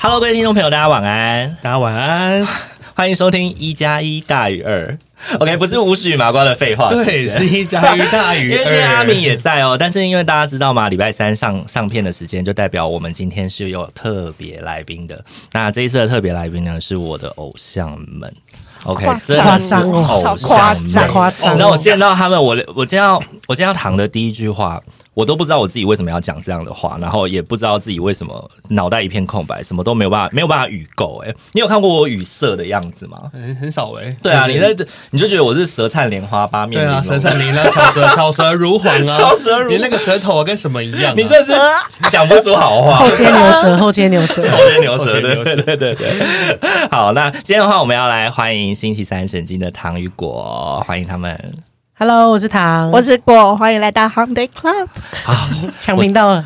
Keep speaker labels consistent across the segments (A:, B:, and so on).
A: Hello，各位听众朋友，大家晚安，
B: 大家 晚安。
A: 欢迎收听一加一大于二。OK，不是无视与麻瓜的废话时
B: 对，
A: 间，
B: 是一加一大 于
A: 因
B: 二。
A: 为今天阿米也在哦，但是因为大家知道嘛，礼拜三上上片的时间就代表我们今天是有特别来宾的。那这一次的特别来宾呢，是我的偶像们。OK，
C: 夸
A: 哎真
C: 张
A: 的是
C: 哦
A: 偶像
C: 夸
A: 哦
C: 张
A: 们。
C: 夸张
A: 你知道我见到他们，我我见到我见到唐的第一句话，我都不知道我自己为什么要讲这样的话，然后也不知道自己为什么脑袋一片空白，什么都没有办法，没有办法语构。哎，你有看过我语塞的样子吗？
B: 很很少哎、
A: 对啊，你在这你就觉得我是舌灿莲花八面
B: 对
A: 玲
B: 啊，
A: 珑
B: 闪闪灵啊，巧 舌巧舌如簧啊，
A: 巧舌如簧
B: 你那个舌头啊跟什么一样、啊？
A: 你这是 讲不出好话
C: 后。街牛舌，后街牛舌。
A: 头接牛
B: 后
A: 舌，
B: 街
A: 对
B: 牛
A: 对
B: 舌
A: 对对对。好，那今天的话，我们要来欢迎星期三神经的糖与果，欢迎他们。
C: Hello，我是唐，
D: 我是果，欢迎来到 Holiday Club。
C: 抢频道了。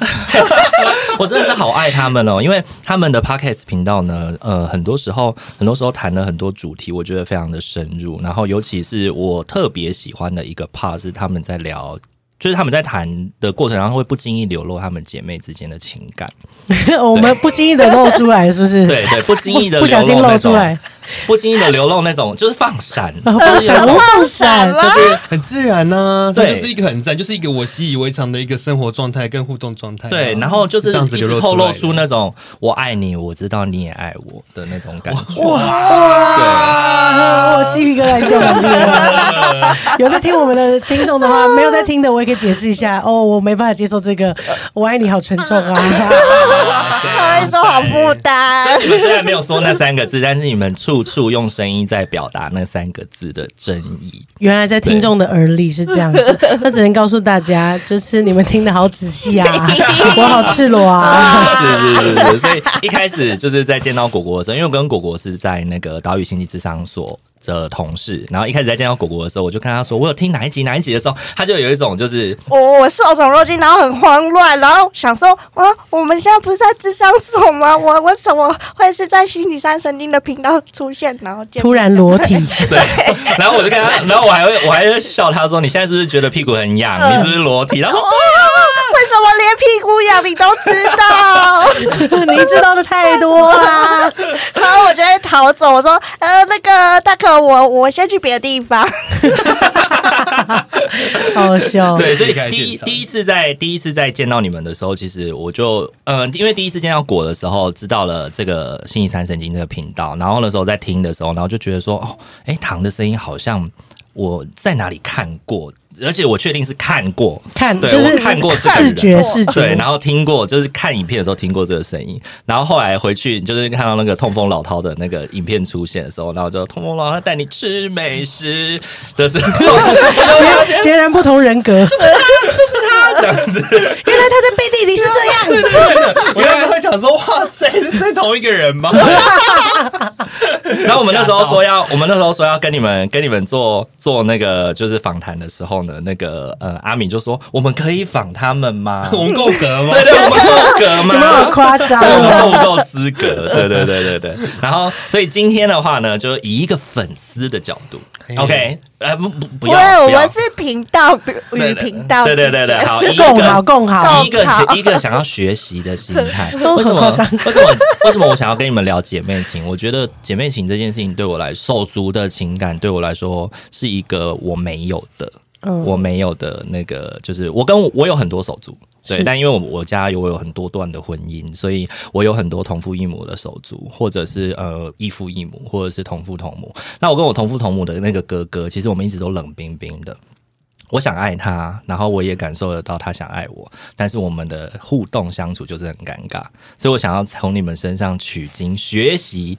A: 我真的是好爱他们哦，因为他们的 podcast 频道呢，呃，很多时候很多时候谈了很多主题，我觉得非常的深入。然后尤其是我特别喜欢的一个 part 是他们在聊。就是他们在谈的过程，然后会不经意流露他们姐妹之间的情感，
C: 我们不经意的露出来，是 不是？
A: 对对，不经意的
C: 不不小心露出来，，哦
A: 不经意的流露那种就是放闪，
C: 然后放闪，
D: 呃
C: 我放闪，
B: 就是很自然呢、啊，
A: 对
B: 这就是一个很赞，就是一个我习以为常的一个生活状态跟互动状态啊、
A: 对，然后就是
B: 这样子
A: 一
B: 流
A: 直
B: 露
A: 透露
B: 来
A: 出那种我爱你，我知道你也爱我的那种感觉。
C: 啊我鸡皮疙瘩又起来了。有在听我们的听众的 话，没有在听的，我也可以解释一下。哦，我没办法接受这个，我爱你好沉重 啊。
D: 他哎会说好负担
A: 所，以你们虽然没有说那三个字，但是你们处处用声音在表达那三个字的真意。
C: 原来在听众的耳里是这样子，那只能告诉大家，就是你们听的好仔细 啊，我好赤裸啊。
A: 是是是是，所以一开始就是在见到果果的时候，因为我跟果果是在那个岛屿心理智商所的同事，然后一开始在见到果果的时候，我就跟他说，我有听哪一集哪一集的时候，他就有一种 就是
D: 我我受宠若惊，然后很慌乱，然后想说，啊，我们现在不是在智商所吗？我我怎么会是在星期三神经的频道出现？然后见
C: 突然裸 体，
A: 对，然后我就跟他，然后我还会我还会笑他说，你现在是不是觉得屁股很痒？你 是不是裸体？他说
D: 哦， 为什么连屁股痒你都知道？
C: 你知道的太多啦。
D: 然后我就会逃走，我说，呃，那个大可，我我先去别的地方。
C: 好好笑。
A: 对，所以
B: 离开
A: 第一
B: 现场
A: 第一次在第一次在见到你们的时候，其实我就嗯、因为第一次见到果的时候，知道了这个星期三神经这个频道，然后那时候在听的时候，然后就觉得说，哦，哎，唐的声音好像我在哪里看过，而且我确定是看过，
C: 看，
A: 对
C: 就
A: 我
C: 是
A: 看过这个
C: 视
A: 人
C: 觉视觉，
A: 对，然后听过，就是看影片的时候听过这个声音，然后后来回去就是看到那个痛风老饕的那个影片出现的时候，然后就痛风老饕带你吃美食的时候，
C: 哦截截然不同人格。就是他，就是他这样子。原来他在背地里是这样。
B: 我那时候会想说，哇塞，是在同一个人 吗？
A: 然后我们那时候说要，我们那时候说要跟你们跟你们做做那个就是访谈的时候呢，那个呃阿敏就说我们可以访他们 吗？
B: 我们够格吗？
A: 对对，我们够格
C: 你们好
A: 吗？
C: 夸张
A: 对我 们够不
C: 哦！
A: 够资格？对对对对对。然后，所以今天的话呢，就以一个粉丝的角度
B: 嘿
A: ，OK，呃，不不不
D: 因
A: 要，
D: 为我
A: 不要
D: 们是频道
A: 对
D: 与
A: 对
D: 频道
A: 对对对
D: 之间
A: 对，好，以一个
C: 共好 共好，
A: 一个学一个想要学习的心态，
C: 都
A: 为什
C: 很
A: 么
C: 夸张？
A: 为什么？为什么我想要跟你们聊姐妹情？我觉得姐妹情这件事情对我来，手足的情感对我来说是一个我没有的，
C: 嗯
A: 我没有的那个，就是我跟我我有很多手足，对，但因为我我家有我有很多段的婚姻，所以我有很多同父异母的手足，或者是呃异父异母，或者是同父同母。那我跟我同父同母的那个哥哥，其实我们一直都冷冰冰的。我想爱他，然后我也感受得到他想爱我，但是我们的互动相处就是很尴尬，所以我想要从你们身上取经，学习，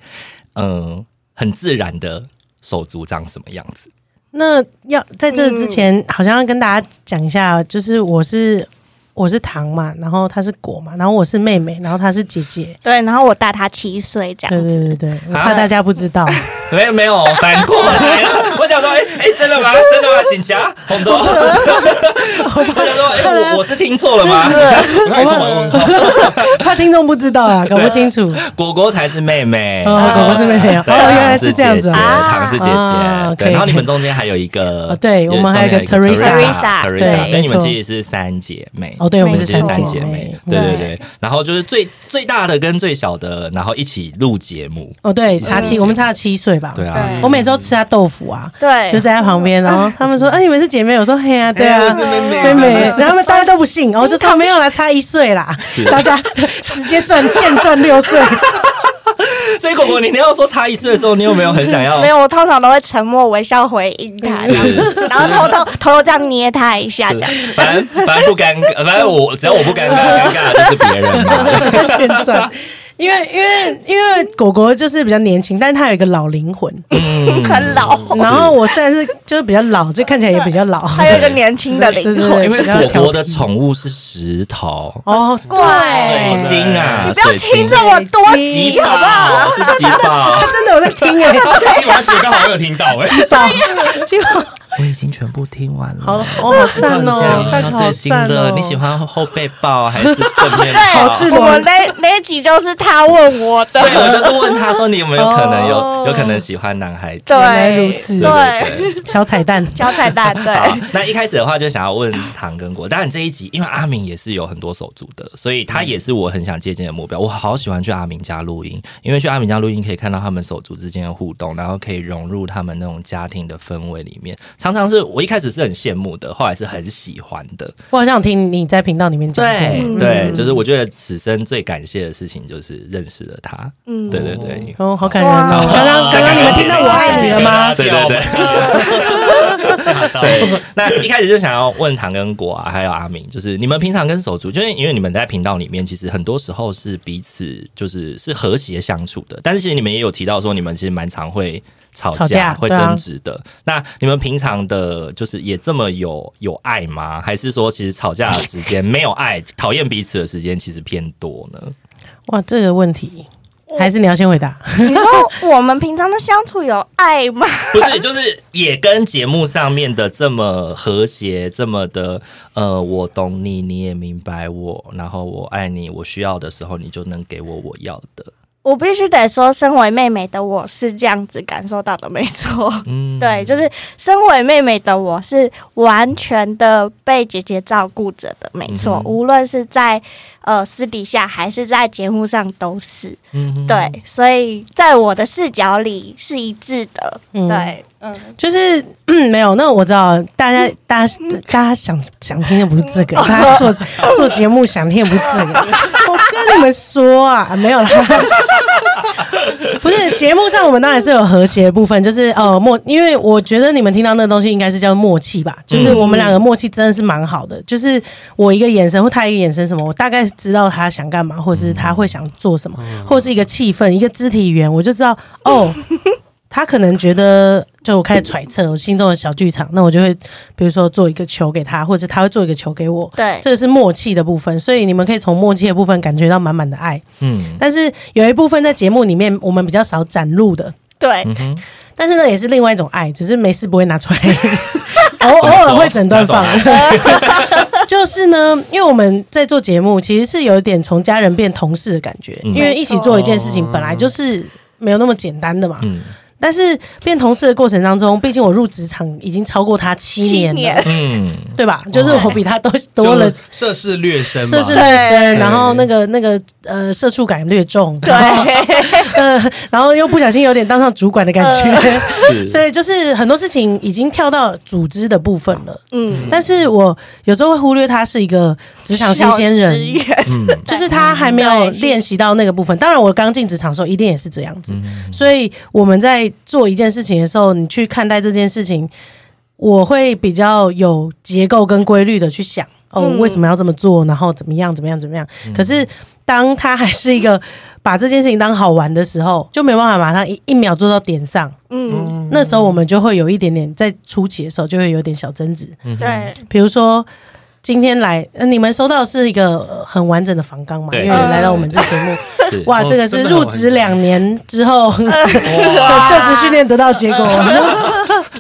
A: 嗯、很自然的手足长什么样子。
C: 那要在这之前，好像要跟大家讲一下，就是我是我是糖嘛，然后她是果嘛，然后我是妹妹，然后她是姐姐。
D: 对，然后我大他七岁这
C: 对
D: 样
C: 对
D: 子。
C: 对对，我
A: 啊
C: 怕大家不知道，
A: 没有没有，反过来了。我想说， 哎、哎、真的吗？真的吗？警察，红豆。 我想说，哎、我我是听错了 吗？
B: 我看你充满 问号。
C: 怕听众不知道啊，搞不清楚。
A: 果果才是妹妹，
C: 哦果果是妹妹哦
A: 对
C: 哦原来
A: 糖
C: 是这样子
A: 姐姐
D: 啊
A: 糖是姐
C: 啊
A: 姐，
C: 可以
A: 对。然后你
C: 可
A: 们
C: 以
A: 中间还有一个
C: 哦，对
A: 有
C: 我们还有一个
A: 中间
D: Teresa
A: Teresa，
C: 对
A: Teresa，所以你
C: 没
A: 们
C: 错
A: 其实是三姐妹。
C: 哦，对，我
A: 我
C: 们
A: 们
C: 是
A: 其实
C: 三
A: 三
C: 姐
A: 姐
C: 妹
A: 妹，。对对对。然后就是最最大的跟最小的，然后一起录节目。
C: 哦，对，差七，我们差七岁吧。
A: 嗯对啊，
D: 对
C: 我每周吃她豆腐啊，
D: 对，
C: 就在她旁边，然后他
A: 嗯
C: 们说：“啊，你们是姐妹？”我说：“嘿啊，对啊，
B: 哎是妹妹
C: 妹 妹。”然后他们大家都不信，然后我就说：“没有啦，差一岁啦，大家直接赚现赚 六岁。
A: 所以果果，你你要说差一岁的时候，你有没有很想要
D: 没？有，我通常都会沉默微笑回应他，这样子然后偷偷偷偷这样捏他一下，这样
A: 反正反正不尴尬，反正我只要我不尴尬，尴尬 的就是别人嘛。
C: 现赚。因为因为因为果果就是比较年轻，但是他有一个老灵魂。
A: 嗯
D: 很老，
C: 然后我虽然是就是比较老，就看起来也比较老。
D: 还有一个年轻的
C: 对
D: 灵
C: 对
D: 魂。
C: 对，
A: 因为
C: 比较
A: 果果
C: 调
A: 的
C: 皮
A: 宠物是石头。
C: 哦，
D: 怪
A: 水晶啊，
D: 你不要
A: 水晶
D: 听这么多啊集好 不好？
A: 是吉宝
C: 他， 真的有在听哎、
B: 今晚姐刚好有听到哎，
C: 欸，就
A: 我已经全部听完了。
C: 好哦，好赞哦，
A: 到
C: 他好
A: 最新
C: 赞
A: 的
C: 哦，，
A: 你喜欢后背抱还是正 面
D: 对，
A: 抱？
C: 好赤裸
D: 我们那那一集就是他问我 的，
A: 对，我就是问他说你有没有可能
C: 哦
A: 有有可能喜欢男孩子？
D: 对，
C: 来如此
D: 对，
A: 对。
C: 小彩蛋，
D: 小彩蛋，
A: 好
D: 对，，
A: 那一开始的话就想要问唐跟果，当然这一集因为阿明也是有很多手足的，所以他也是我很想借鉴的目标。我好喜欢去阿明家录音，因为去阿明家录音可以看到他们手足之间的互动，然后可以融入他们那种家庭的氛围里面。常常是我一开始是很羡慕的，后来是很喜欢的。
C: 我好像有听你在频道里面讲过，
A: 对
C: 嗯
A: 对，就是我觉得此生最感谢的事情就是认识了他。
D: 嗯
A: 对对对。
C: 哦，好感人哦！
B: 啊
D: 哇
C: 刚刚刚刚你们听到我爱你了吗？
A: 对对对，
B: 吓 到。
A: 对，那一开始就想要问唐跟果啊，还有阿明，就是你们平常跟手足，就是因为你们在频道里面，其实很多时候是彼此就是是和谐相处的，但是其实你们也有提到说，你们其实蛮常会吵架、
C: 吵架
A: 会
C: 对啊
A: 争执的。那你们平常的，就是也这么有有爱吗？还是说，其实吵架的时间没有爱，讨厌彼此的时间其实偏多呢？
C: 哇，这个问题还是你要先回答。
D: 你说我们平常的相处有爱吗？
A: 不是，就是也跟节目上面的这么和谐，这么的呃，我懂你，你也明白我，然后我爱你，我需要的时候你就能给我我要的。
D: 我必须得说，身为妹妹的我是这样子感受到的，没错。
A: 嗯，
D: 对，就是身为妹妹的我是完全的被姐姐照顾着的，没错。
A: 嗯哼
D: 无论是在呃私底下还是在节目上都是。
A: 嗯哼，
D: 对，所以在我的视角里是一致的。
C: 嗯
D: 对，嗯，
C: 就是嗯，没有，那我知道大家大家大家想想听的不是这个，大家做做节目想听的不是这个。我跟你们说啊，没有啦。 不是节目上，我们当然是有和谐的部分，就是呃默，因为我觉得你们听到那个东西应该是叫默契吧，就是我们两个默契真的是蛮好的，就是我一个眼神或他一个眼神什么，我大概知道他想干嘛，或者是他会想做什么，或是一个气氛、一个肢体语言，我就知道哦，他可能觉得，就我开始揣测我心中的小剧场，那我就会，比如说做一个球给他，或者他会做一个球给我，
D: 对
C: 这个是默契的部分，所以你们可以从默契的部分感觉到满满的爱。
A: 嗯
C: 但是有一部分在节目里面我们比较少展露的，
D: 对，
A: 嗯哼，
C: 但是呢也是另外一种爱，只是没事不会拿出来，偶偶尔会整段放。 就是呢，因为我们在做节目，其实是有一点从家人变同事的感觉，
A: 嗯
C: 因为一起做一件事情本来就是没有那么简单的嘛。
A: 嗯
C: 但是变同事的过程当中，毕竟我入职场已经超过他七年
D: 七
C: 了，
D: 年，
A: 嗯，
C: 对吧？就是我比他都多了
B: 就涉世略深嘛，
C: 涉世略
B: 对
C: 深，然后那个那个呃，社畜感略重，
D: 对，
C: 呃， 然后又不小心有点当上主管的感
D: 呃
C: 觉，
A: 是
C: 所以就是很多事情已经跳到组织的部分了。
D: 嗯，
C: 但是我有时候会忽略他是一个职场新鲜
D: 小职
C: 人，
D: 员
C: 就是他还没有
D: 对
C: 练习到那个部分。当然，我刚进职场的时候一定也是这样子，所以我们在做一件事情的时候，你去看待这件事情，我会比较有结构跟规律的去想，哦，
D: 嗯
C: 为什么要这么做，然后怎么样，怎么样，怎么样。可是当他还是一个把这件事情当好玩的时候，就没办法马上一一秒做到点上。
D: 嗯，
C: 那时候我们就会有一点点在初期的时候就会有点小争执，
A: 嗯
D: 对，
C: 比如说今天来，呃你们收到的是一个呃很完整的房纲嘛？因
A: 对
C: 为你们来到我们这节 目，
A: 是
C: 哇，
B: 哦
C: 这个是
B: 真的很
C: 入
B: 完
C: 职
B: 整
C: 两年 之后 的就职训练得到结果。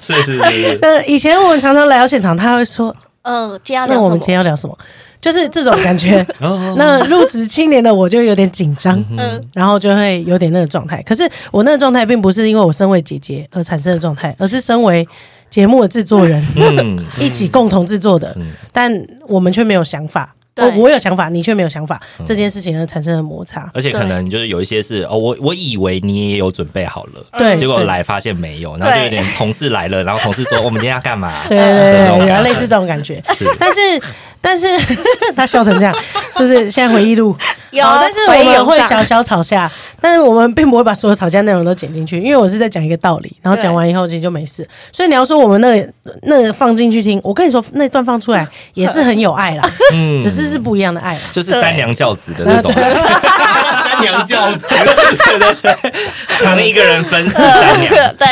A: 是是 是，
C: 呃，以前我们常常来到现场，他会说
D: 嗯，接下：“来
C: 那我们今天要聊什么？”就是这种 感觉。
B: 哦
C: 那入职青年的我就有点紧张，
D: 嗯
C: 然后就会有点那个状态。可是我那个状态并不是因为我身为姐姐而产生的状态，而是身为节目的制作人，
A: 嗯，
C: 一起共同制作的，
A: 嗯
C: 但我们却没有想法。
D: 对
C: 我我有想法，你却没有想法，这件事情而产生了摩擦。
A: 嗯而且可能就是有一些是哦，我我以为你也有准备好了，
C: 嗯对，
A: 结果
C: 对，
A: 来发现没有，然后就有点同事来了，然后同事 说我们今天要干嘛？
C: 对对
A: 这种
C: 对
A: 感 觉
C: 对，有类似这种感觉
A: 是。
C: 但是但是 他笑成这样，是不是？现在回忆录
D: 有
C: 好哦但是我们会
D: 回忆有
C: 小小吵架，但是我们并不会把所有吵架内 容都剪进去，因为我是在讲一个道理，然后讲完以后其实就没事。所以你要说我们那个那个放进去听，我跟你说那段放出来也是很有爱啦，
A: 嗯
C: 只是是不一样的爱啦。
A: 就是三娘教子的
C: 嗯
A: 那种，
B: 三娘教子，
A: 扛一个人分四三娘，
D: 对，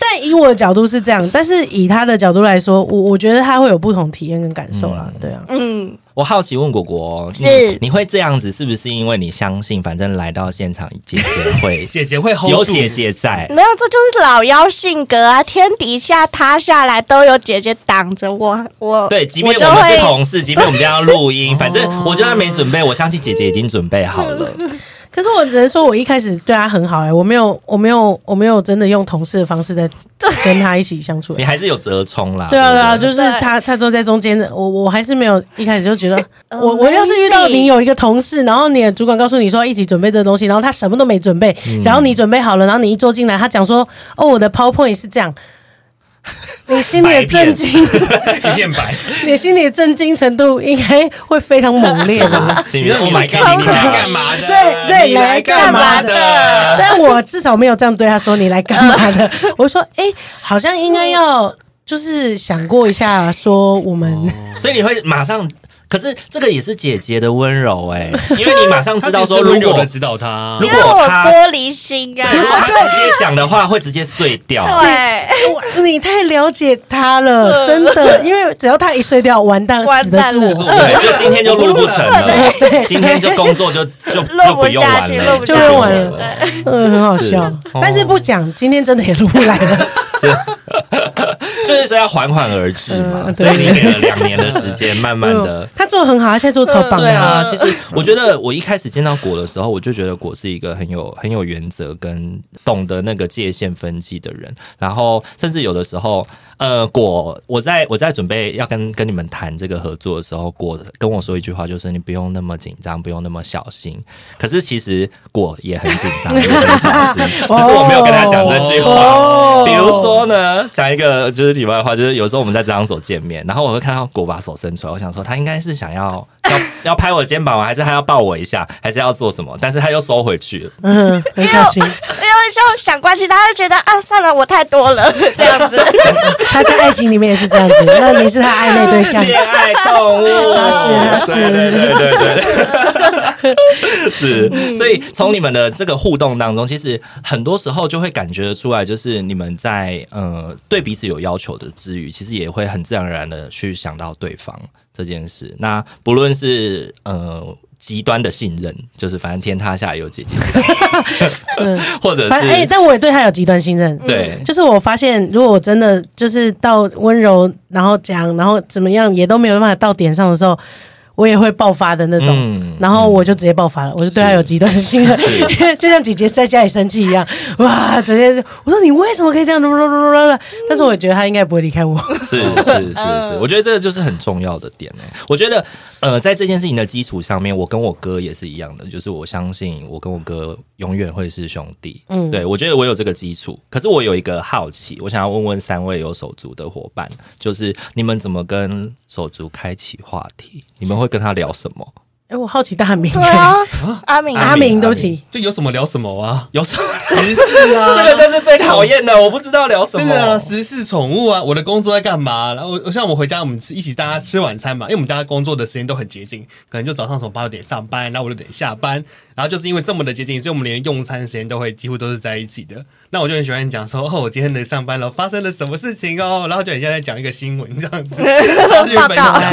C: 但以我的角度是这样，但是以他的角度来说，我我觉得他会有不同体验跟感受啦，对啊，
D: 嗯，
A: 我好奇问果果，哦你
D: 是
A: 你会这样子，是不是因为你相信，反正来到现场姐姐会
B: 姐姐会 hold
A: 有
B: 住
A: 姐姐在，
D: 没有，这就是老妖性格啊！天底下塌下来都有姐姐挡着我，我
A: 对，即便
D: 我就
A: 我们是
D: 会
A: 同事，即便我们这样录音，反正我就算没准备，我相信姐姐已经准备好了。
C: 可是我只能说，我一开始对他很好哎、我没有，我没有，我没有真的用同事的方 式在跟他一起相处、
A: 你
C: 欸。
A: 还是有折冲啦，
C: 对啊，对 啊，
A: 不
C: 就是他，他都在中间的，我我还是没有一开始就觉得，我
D: Amazing
C: 我要是遇到你有一个同事，然后你的主管告诉你说一起准备这个东西，然后他什么都没准备，然后你准备好了，然后你一坐进来，他讲说，哦，我的 PowerPoint 是这样，你心里的震惊，
B: 一片白，
C: 你心里的震惊程度应该会非常猛烈 吧？
A: 心里面
B: 你
A: Oh my
B: 看
A: God，你
B: 你来
A: 来
B: 干
A: 干嘛？
B: 嘛的？
C: 对对
B: 你来干嘛
D: 来干
B: 的？
C: 但我至少没有这样对他说：“你来干嘛的？” 我说：“哎、好像应该要就是想过一下，说我们、
A: 所以你会马上，可是这个也是姐姐的温柔哎，因为你马上知道说，
B: 他其实
A: 如
B: 温柔
A: 果
B: 的指导他
A: 如
D: 因为我
A: 果他
D: 玻璃心
A: 对如果
D: 啊，
A: 他直接讲的话，会直接碎掉。
D: 对，啊
C: 哇哎你太了解他了，真的，因为只要他一睡掉，完蛋，
D: 完
C: 死的
D: 蛋
C: 是
D: 了
C: 我。”
A: 对，就今天就录不成 了，今天就工作就就就
D: 录
A: 不
D: 不
A: 用
D: 下
A: 完
D: 去
A: 了，
D: 录不
C: 就
D: 下
C: 用
D: 去
C: 完了，嗯，很好笑
A: 是，哦
C: 但是不讲，今天真的也录不 来了。嗯
A: 就是说要缓缓而至嘛，
C: 嗯
A: 所以
C: 对
A: 你给了两年的时间，慢慢的。
C: 他做的很好，他现在做的超棒
A: 对
C: 的，
A: 啊，其实我觉得我一开始见到果的时候，我就觉得果是一个很有很有原则跟懂得那个界限分际的人。然后甚至有的时候，呃，果我在我在准备要跟跟你们谈这个合作的时候，果跟我说一句话，就是你不用那么紧张，不用那么小心。可是其实果也很紧张，也很小心， 只是我没有跟他讲这句话。
C: 哦
A: 比如说呢，讲一个就是题外话，就是有时候我们在职场所见面，然后我会看到果把手伸出来，我想说他应该是想要要要拍我肩膀吗？还是他要抱我一下？还是要做什么？但是他又收回去了。
C: 嗯，很小心，
D: 因为就想关心他，就觉得啊，算了，我太多 了这样子。
C: 他在爱情里面也是这样子，那你是他暧昧 对象，
A: 恋爱动物，
C: 他是
A: 对对对对对， 是。所以从你们的这个互动当中，其实很多时候就会感觉得出来，就是你们在呃对彼此有要求的之余，其实也会很自然而然的去想到对方这件事。那不论是呃。极端的信任，就是反正天塌下来有姐姐， 或者
C: 反
A: 是
C: 正哎、但嗯我也对他有极端信任。
A: 对
C: 就是我发现，如果我真的就是到温柔，然后讲，然后怎么样，也都没有办法到点上的时候，我也会爆发的那种，
A: 嗯
C: 然后我就直接爆发了，我就对他有极端性了， 就像姐姐在家里生气一样，哇，直接我说你为什么可以这样？但是我觉得他应该不会离开我，
A: 是是是是，我觉得这个就是很重要的点呢、欸我觉得呃，在这件事情的基础上面，我跟我哥也是一样的，就是我相信我跟我哥永远会是兄弟。嗯，对我觉得我有这个基础，可是我有一个好奇，我想要问问三位有手足的伙伴，就是你们怎么跟手足开启话题？你们会跟他聊什么？
C: 哎，我好奇大明，
D: 对啊，阿明，
C: 阿明，对
A: 阿
C: 不起，
B: 就有什么聊什么啊？
A: 有 什么？
B: 时事啊，
A: 这个就是最讨厌的，我不知道聊什
B: 真
A: 么。
B: 的啊，时事宠物啊，我的工作在干嘛？然后我像我回家，我们吃一起大家吃晚餐嘛，因为我们大家工作的时间都很接近，可能就早上从八九点上班，然后我六点下班，然后就是因为这么的接近，所以我们连用餐时间都会几乎都是在一起的。那我就很喜欢讲说，哦，我今天的上班了，发生了什么事情哦，然后就很像在讲一个新闻这样子，然后就
D: 报
B: 分
D: 告，
B: 享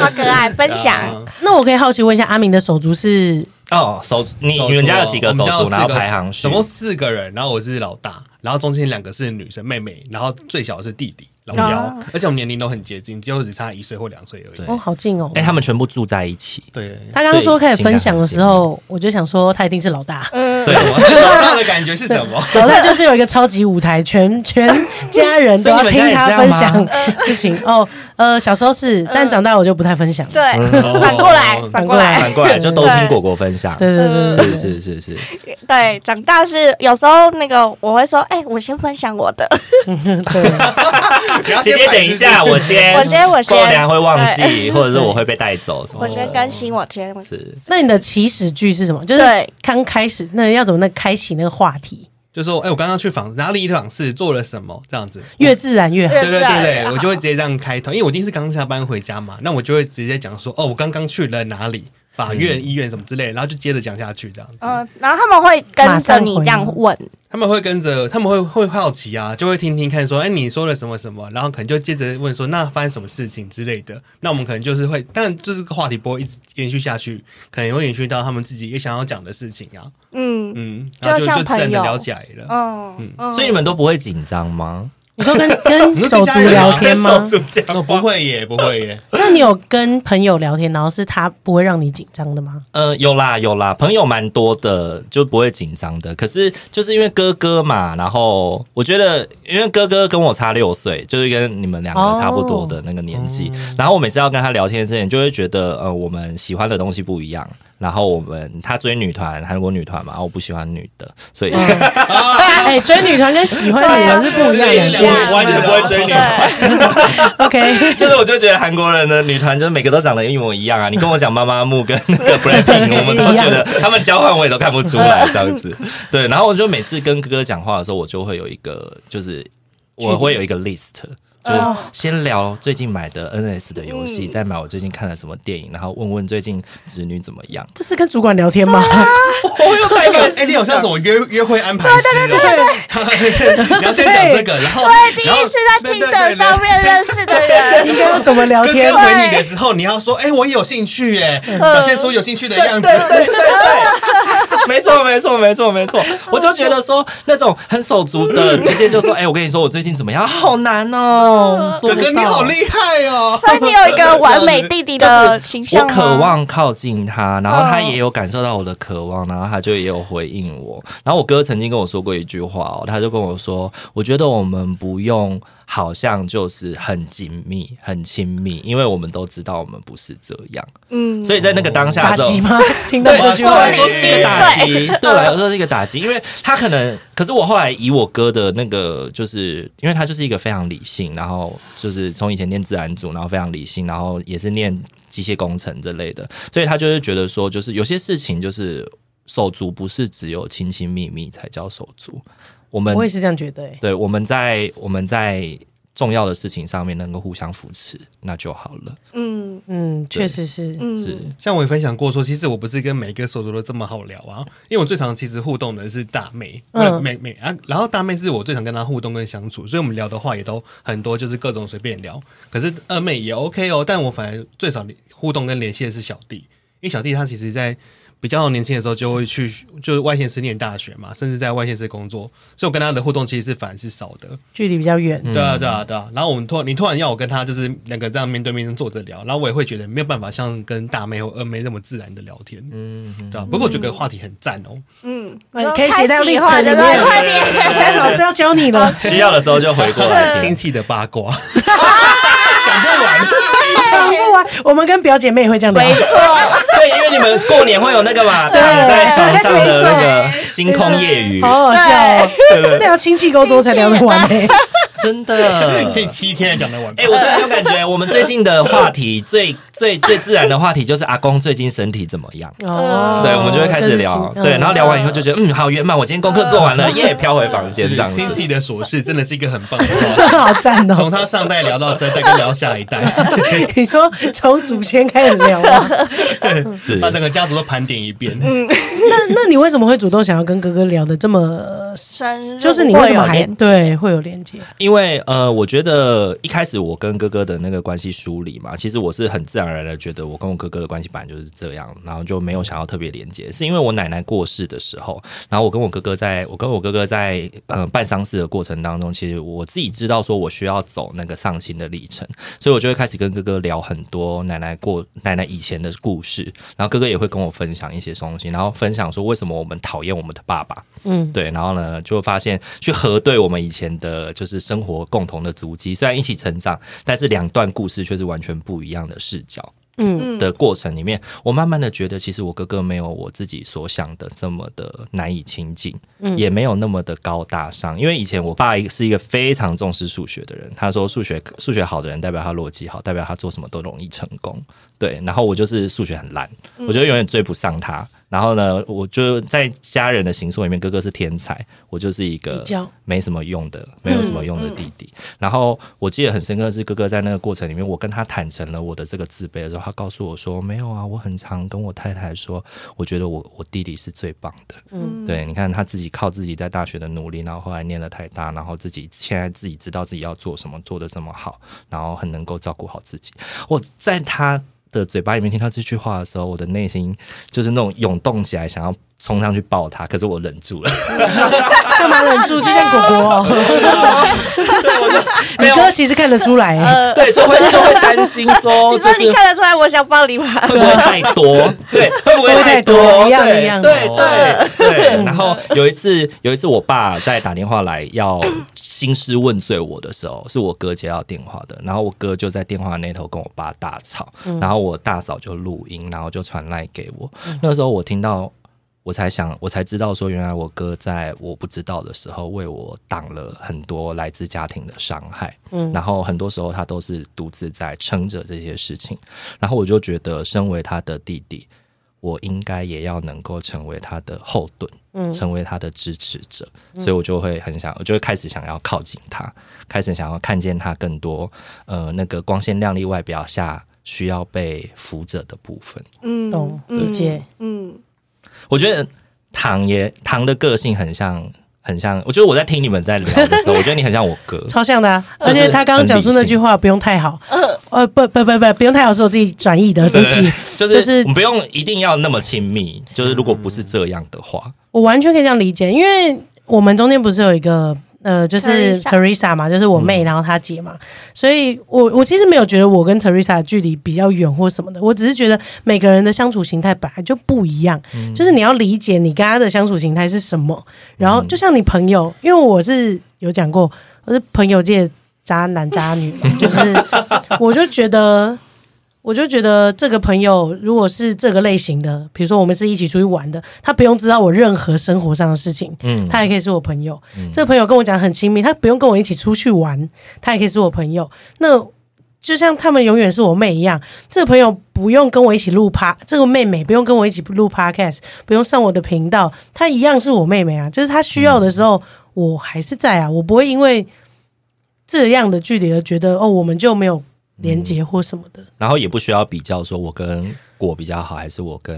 D: 好可爱， 分享
B: 啊。
C: 那我可以好奇问一下，阿明的手足是
A: 哦，手你
B: 手足
A: 你们家有几个
B: 啊我
A: 手
B: 们家
A: 足？
B: 有四
A: 然后
B: 个
A: 排行序
B: 总共四个人，然后我是老大，然后中间两个是女生妹妹，然后最小的是弟弟老幺，
D: 哦
B: 而且我们年龄都很接近，只有只差一岁或两岁而已。
C: 哦，好近哦。
A: 哎、他们全部住在一起。
B: 对，
C: 他刚刚说开始分享的时候，我就想说他一定是老大，
A: 对，
B: 什么老大的感觉是什么？
C: 老大就是有一个超级舞台，全 全家人都要听他分享 事情。哦，呃，小时候是，但长大我就不太分享。
D: 对，
B: 哦
D: 反过来，嗯哦反过来，
A: 反过 来就都听果果分享。
C: 对对对对，
A: 是是是是，
D: 对，长大是有时候那个我会说，哎、我先分享我的，
B: 你要
A: 姐
B: 先
A: 姐
B: 摆
A: 等一
B: 姿
A: 下，
B: 势
A: 我先，
D: 我先我先
A: 过两会忘记，或者是我会被带走什么
D: 我
A: 的。
D: 先更新，我先。
A: 是
C: 那你的起始句是什么？就是
D: 对
C: 刚开始，那要怎么那开启那个话题，
B: 就说，哎、我刚刚去访哪里访视做了什么这样子。
C: 越自然越好。
B: 对对
D: 越自
B: 对
D: 然
B: 对，
D: 越好
B: 我就会直接这样开头，因为我一定是刚下班回家嘛，那我就会直接讲说，哦，我刚刚去了哪里，法院、医院什么之类的，然后就接着讲下去这样子。
D: 嗯、然后他们会跟着你这样问，
B: 他们会跟着，他们会会好奇啊，就会听听看说，哎，你说了什么什么，然后可能就接着问说，那发生什么事情之类的。那我们可能就是会，但就是话题不会一直延续下去，可能会延续到他们自己也想要讲的事情啊，
D: 嗯
B: 嗯，
D: 就
B: 然后就
D: 像
B: 就自然
D: 朋
B: 的
D: 友
B: 聊起来了。
D: 嗯嗯，
A: 所以你们都不会紧张吗？
C: 你说跟跟手足聊天吗？
B: 哦，不会耶，不会 耶，
C: 那你有跟朋友聊天，然后是他不会让你紧张 的吗？
A: 呃，有啦有啦，朋友蛮多的，就不会紧张的。可是就是因为哥哥嘛，然后我觉得因为哥哥跟我差六岁，就是跟你们两个差不多的那个年
D: 哦
A: 纪。然后我每次要跟他聊天之前，就会觉得呃，我们喜欢的东西不一样。然后我们他追女团，韩国女团嘛，然后我不喜欢女的，所
D: 哦
A: 以
C: 哎，追女团跟喜欢女人是不一样的两
B: 对
C: 件
B: 啊
C: 事
A: 我完全不会追女团。
C: OK，
A: 就是我就觉得韩国人的女团就是每个都长得一模一样啊！你跟我讲妈妈木跟那个 BLACKPINK，我们都觉得他们交换我也都看不出来这样子。对，然后我就每次跟哥哥讲话的时候，我就会有一个就是我会有一个 list。就是先聊最近买的 NS 的游戏，再买我最近看了什么电影，然后问问最近侄女怎么样。
C: 这是跟主管聊天吗？
A: 我有太感
B: 哎，你有像什么约约会安排师哦？对对对对 你要先讲这个，然后
D: 我也第
B: 然后
D: 一次在
B: 对
D: 听
B: 对
D: 的
B: 对对
D: 上面认识的人，
C: 应该要怎么聊
B: 哥
C: 天
B: 哥？回你的时候，你要说：“哎、我也有兴趣耶！”
D: 嗯
B: 表现出有兴趣的样子。
A: 没错，没错，没错，没错。我就觉得说那种很手足的，直接就说：“哎、我跟你说我最近怎么样？好难哦、做
B: 哥
A: 不
B: 嗯哥，你
A: 到
B: 好厉害哦！
D: 所以你有一个完美弟弟的形
A: 我
D: 象吗
A: 渴望靠近他，然后他
D: 嗯
A: 也有感受到我的渴望，然后他就也有回应我。然后我哥曾经跟我说过一句话哦，他就跟我说：“我觉得我们不用好像就是很紧密、很亲密，因为我们都知道我们不是这样。”
D: 嗯，
A: 所以在那个当下
C: 打
A: 的时候
C: 击，吗？听到
A: 对，
C: 这
A: 对
C: 句
A: 我
C: 话
A: 来，说是一个打击，对我来说是一个打击，因为他可能，可是我后来以我哥的那个，就是因为他就是一个非常理性，然后就是从以前念自然组，然后非常理性，然后也是念机械工程之类的，所以他就是觉得说，就是有些事情就是手足不是只有亲亲密密才叫手足，我们
C: 我也是这样觉得、欸。
A: 对我们在我们在重要的事情上面能够互相扶持，那就好了，
D: 嗯
C: 嗯，确实是。
A: 是
D: 嗯，
B: 像我也分享过说，其实我不是跟每个手足都这么好聊啊，因为我最常其实互动的是大妹，
C: 嗯
B: 嗯，妹妹啊，然后大妹是我最常跟她互动跟相处，所以我们聊的话也都很多，就是各种随便聊。可是二妹也 OK 哦，但我反而最少互动跟联系的是小弟，因为小弟他其实在比较年轻的时候就会去，就是外县市念大学嘛，甚至在外县市工作，所以我跟他的互动其实是反而是少的。
C: 距离比较远，
A: 嗯
D: 嗯
B: 对啊，对啊，对啊。然后我们突你突然要我跟他就是两个这样面对面坐着聊，然后我也会觉得没有办法像跟大妹或二妹那么自然的聊天，嗯，对啊。不过我觉得话题很赞哦，
D: 嗯，
C: 那你可以
D: 开
C: 写哎到
D: 启
C: 历史
D: 话
C: 里
D: 对
C: 面。
D: 对快点，
C: 佳颖老师要教 你了，
A: 需要的时候就回过 来
B: 亲
A: 听。
B: 戚的八卦讲不完，
C: 讲不完。我们跟表姐妹也会这样聊
D: 没，错。
A: 对，因为你们过年会有那个嘛，躺在床上的那个星空夜雨，
C: 好好笑哦。 那要亲戚够多才聊得完呢。
A: 真的
B: 可以七天才讲得 完。
A: 嗯哎、我真的有感觉，我们最近的话题最最最自然的话题就是阿公最近身体怎么样。
C: 哦
A: 对，我们就会开始聊，对，然后聊完以后就觉得，嗯，好圆满，我今天功课做完了，耶，飘回房间
B: 对
A: 这样
B: 亲
A: 子。
B: 戚的琐事真的是一个很棒的 话题，
C: 好赞哦。
B: 从他上代聊到这代，跟聊下一代，
C: 你说从祖先开始 聊啊？
A: 是
B: 把整个家族都盘点一遍。
C: 嗯那那你为什么会主动想要跟哥哥聊的这么
D: 深入
C: 就是你为
D: 会
C: 什么
D: 有
C: 还
D: 连接
C: 对会有连接？
A: 因为呃，我觉得一开始我跟哥哥的那个关系梳理嘛，其实我是很自然而然的觉得我跟我哥哥的关系本来就是这样，然后就没有想要特别连接，是因为我奶奶过世的时候，然后我跟我哥哥在我跟我哥哥在呃办丧事的过程当中，其实我自己知道说我需要走那个丧亲的历程，所以我就会开始跟哥哥聊很多奶奶过奶奶以前的故事，然后哥哥也会跟我分享一些东西，然后分享说为什么我们讨厌我们的爸爸，
C: 嗯，
A: 对，然后呢，就发现去核对我们以前的，就是生活共同的足迹，虽然一起成长，但是两段故事却是完全不一样的视角。嗯的过程里面，我慢慢的觉得，其实我哥哥没有我自己所想的这么的难以亲近，
C: 嗯
A: 也没有那么的高大上。因为以前我爸是一个非常重视数学的人，他说数学数学好的人代表他逻辑好，代表他做什么都容易成功。对，然后我就是数学很烂，
C: 嗯
A: 我就永远追不上他。然后呢，我就在家人的形塑里面，哥哥是天才，我就是一个
C: 比较
A: 没什么用的、没有什么用的弟弟。然后我记得很深刻的是，哥哥在那个过程里面，我跟他坦诚了我的这个自卑的时候，他告诉我说：“没有啊，我很常跟我太太说，我觉得我我弟弟是最棒的。”嗯，对，你看他自己靠自己在大学的努力，然后后来念了台大，然后自己现在自己知道自己要做什么，做的这么好，然后很能够照顾好自己。我在他的嘴巴里面听到这句话的时候，我的内心就是那种涌动起来，想要冲上去抱他，可是我忍住了。
C: 干嘛忍住？就像果果 哦，你哥其实看得出来欸，
A: 对，就会就会担心说，
D: 你
A: 就
D: 说
A: 是
D: 你看得出来我想抱你吗？
A: 会不会太多？对， 会不会太
C: 会不会太多
A: 多？
C: 一样
A: 对
C: 一样哦
A: 对对 对。然后有一次，有一次我爸在打电话来要兴师问罪我的时候，是我哥接到电话的，然后我哥就在电话那头跟我爸大吵，
C: 嗯
A: 然后我大嫂就录音，然后就传来给我。那时候我听到。我才想，我才知道说，原来我哥在我不知道的时候为我挡了很多来自家庭的伤害，嗯，然后很多时候他都是独自在撑着这些事情，然后我就觉得，身为他的弟弟，我应该也要能够成为他的后盾，嗯，成为他的支持者，所以我就会很想，我就会开始想要靠近他，开始想要看见他更多，呃，那个光鲜亮丽外表下需要被扶着的部分。
D: 嗯
C: 懂理解。
D: 嗯，
A: 我觉得唐也唐的个性很像，很像。我觉得我在听你们在聊的时候，我觉得你很像我哥。
C: 超像的啊，
A: 就是
C: 而且他刚刚讲出那句话不用太好，呃，不不不不，不用太好是我自己转译的，对不起，
A: 就是
C: 就是
A: 我们不用一定要那么亲密，就是如果不是这样的话，
C: 我完全可以这样理解，因为我们中间不是有一个呃，就是
D: Teresa
C: Teresa 嘛，就是我妹，然后她姐嘛，所以我我其实没有觉得我跟 Teresa 的距离比较远或什么的，我只是觉得每个人的相处形态本来就不一样，就是你要理解你跟他的相处形态是什么，然后就像你朋友，因为我是有讲过，我是朋友界渣男渣女嘛，就是我就觉得。我就觉得这个朋友如果是这个类型的，比如说我们是一起出去玩的，他不用知道我任何生活上的事情，
A: 嗯，
C: 他也可以是我朋友。这个朋友跟我讲很亲密，他不用跟我一起出去玩，他也可以是我朋友。那就像他们永远是我妹一样，这个朋友不用跟我一起录趴，这个妹妹不用跟我一起录 podcast，不用上我的频道，她一样是我妹妹啊。就是她需要的时候，我还是在啊，我不会因为这样的距离而觉得哦，我们就没有连接或什么的。
A: 然后也不需要比较说我跟果比较好，还是我跟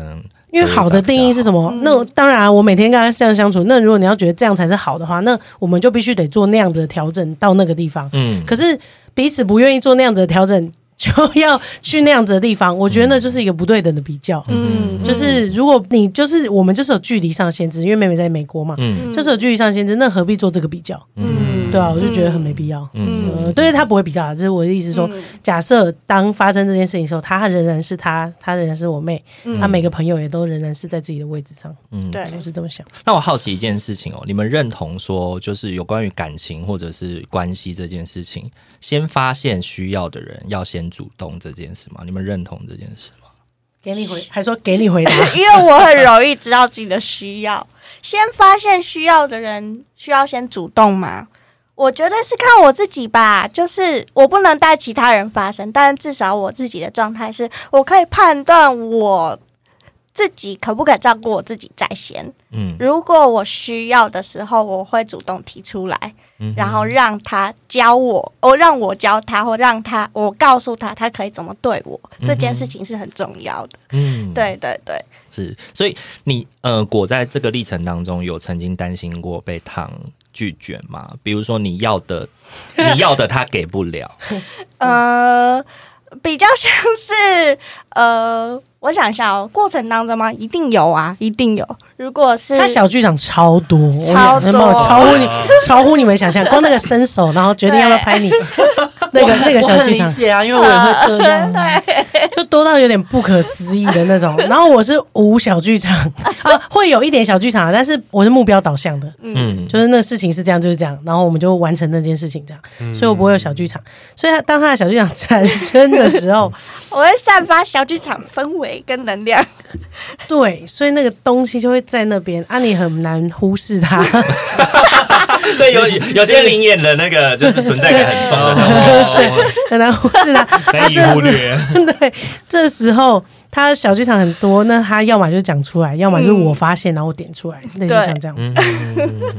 C: 因为好的定义是什
A: 么？
C: 么？那当然啊，我每天跟他这样相处，那如果你要觉得这样才是好的话，那我们就必须得做那样子的调整到那个地方。
A: 嗯，
C: 可是彼此不愿意做那样子的调整，就要去那样子的地方，我觉得那就是一个不对等的比较。
D: 嗯，
C: 就是如果你就是我们就是有距离上限制，因为妹妹在美国嘛，
A: 嗯
C: 就是有距离上限制，那何必做这个比较？
D: 嗯嗯
C: 对啊，我就觉得很没必要。
A: 嗯
C: 呃，对他不会比较啊，这是我的意思说，假设当发生这件事情的时候，她仍然是她，她仍然是我妹，她每个朋友也都仍然是在自己的位置上，
D: 嗯对，
C: 我是这么想。
A: 那我好奇一件事情哦，你们认同说，就是有关于感情或者是关系这件事情，先发现需要的人要先主动这件事吗？你们认同这件事吗？
C: 给你回，还说给你回 答，
D: 因为我很容易知道自己的需要，先发现需要的人需要先主动嘛。我觉得是看我自己吧，就是我不能带其他人发生，但至少我自己的状态是我可以判断我自己可不可以照顾我自己在先。
A: 嗯
D: 如果我需要的时候，我会主动提出来，
A: 嗯哼
D: 然后让他教我，哦，让我教他，或让他我告诉他他可以怎么对我，这件事情是很重要的。
A: 嗯，
D: 对对对。
A: 是，所以你呃，果在这个历程当中有曾经担心过被烫拒绝吗？比如说你要的，你要的他给不了，
D: 呃，比较像是呃，我想一下哦，过程当中吗？一定有啊，一定有。如果是
C: 他小剧场超多，我
D: 超
C: 跟你讲
D: 多
C: 超乎你超乎你们想象，光那个伸手，然后决定要不要拍你， 那个那个
A: 我
C: 小
A: 很
C: 剧
A: 理
C: 场
A: 解啊，因为我也会这样啊、
C: 就多到有点不可思议的那种。然后我是无小剧场啊，会有一点小剧场，啊但是我是目标导向的，
A: 嗯，
C: 就是那事情是这样就是这样，然后我们就完成那件事情这样，
B: 嗯
C: 所以我不会有小剧场。所以他当他的小剧场产生的 时候，
D: 我会散发小剧场氛围跟能量，
C: 对，所以那个东西就会在那边啊，你很难忽视它。
A: 对，有有些灵眼的那个就是存在感很重的那种。
B: 哦，
C: 很难忽视他，他
B: 难以
C: 真的
B: 忽
C: 是
B: 略
C: 对，这时候他小剧场很多，那他要么就讲出来，要么就是我发现、然后我点出来，类似
D: 对
C: 像这
B: 嗯
C: 样子。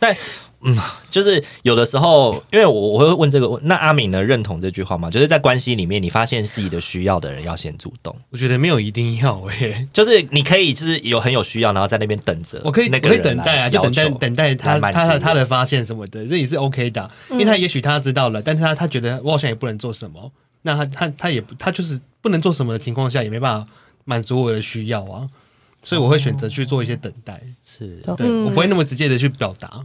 A: 但嗯，就是有的时候，因为我我会问这个，那阿敏呢认同这句话吗？就是在关系里面，你发现自己的需要的人要先主动，
B: 我觉得没有一定要欸诶，
A: 就是你可以就是有很有需要，然后在那边等着，
B: 我可以
A: 那
B: 我
A: 个
B: 可以
A: 人
B: 等待啊，
A: 来
B: 就等待
A: 要求
B: 等待他
A: 来满足
B: 他的他
A: 我
B: 的发现什么的，这也是 OK 的啊，因为
C: 嗯
B: 他也许他知道了，但是他他觉得我好像也不能做什么，那他他他也不他就是不能做什么的情况下，也没办法满足我的需要啊，所以我会选择去做一些等待，
A: 是
C: 哦
B: 对我不会那么直接的去表达，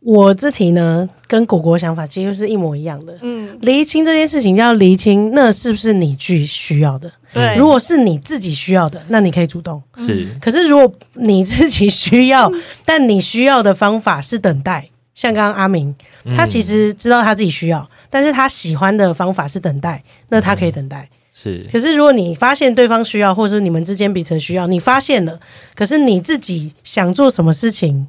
C: 我这题呢，跟果果想法几乎是一模一样的。
D: 嗯，
C: 厘清这件事情要厘清，那是不是你去需要的？
D: 对
C: 如果是你自己需要的，那你可以主动。
A: 是
C: 可是如果你自己需要， 但你需要的方法是等待，像刚刚阿明，
A: 嗯
C: 他其实知道他自己需要，但是他喜欢的方法是等待，那他可以等待。
A: 嗯是
C: 可是如果你发现对方需要，或者是你们之间彼此的需要，你发现了，可是你自己想做什么事情，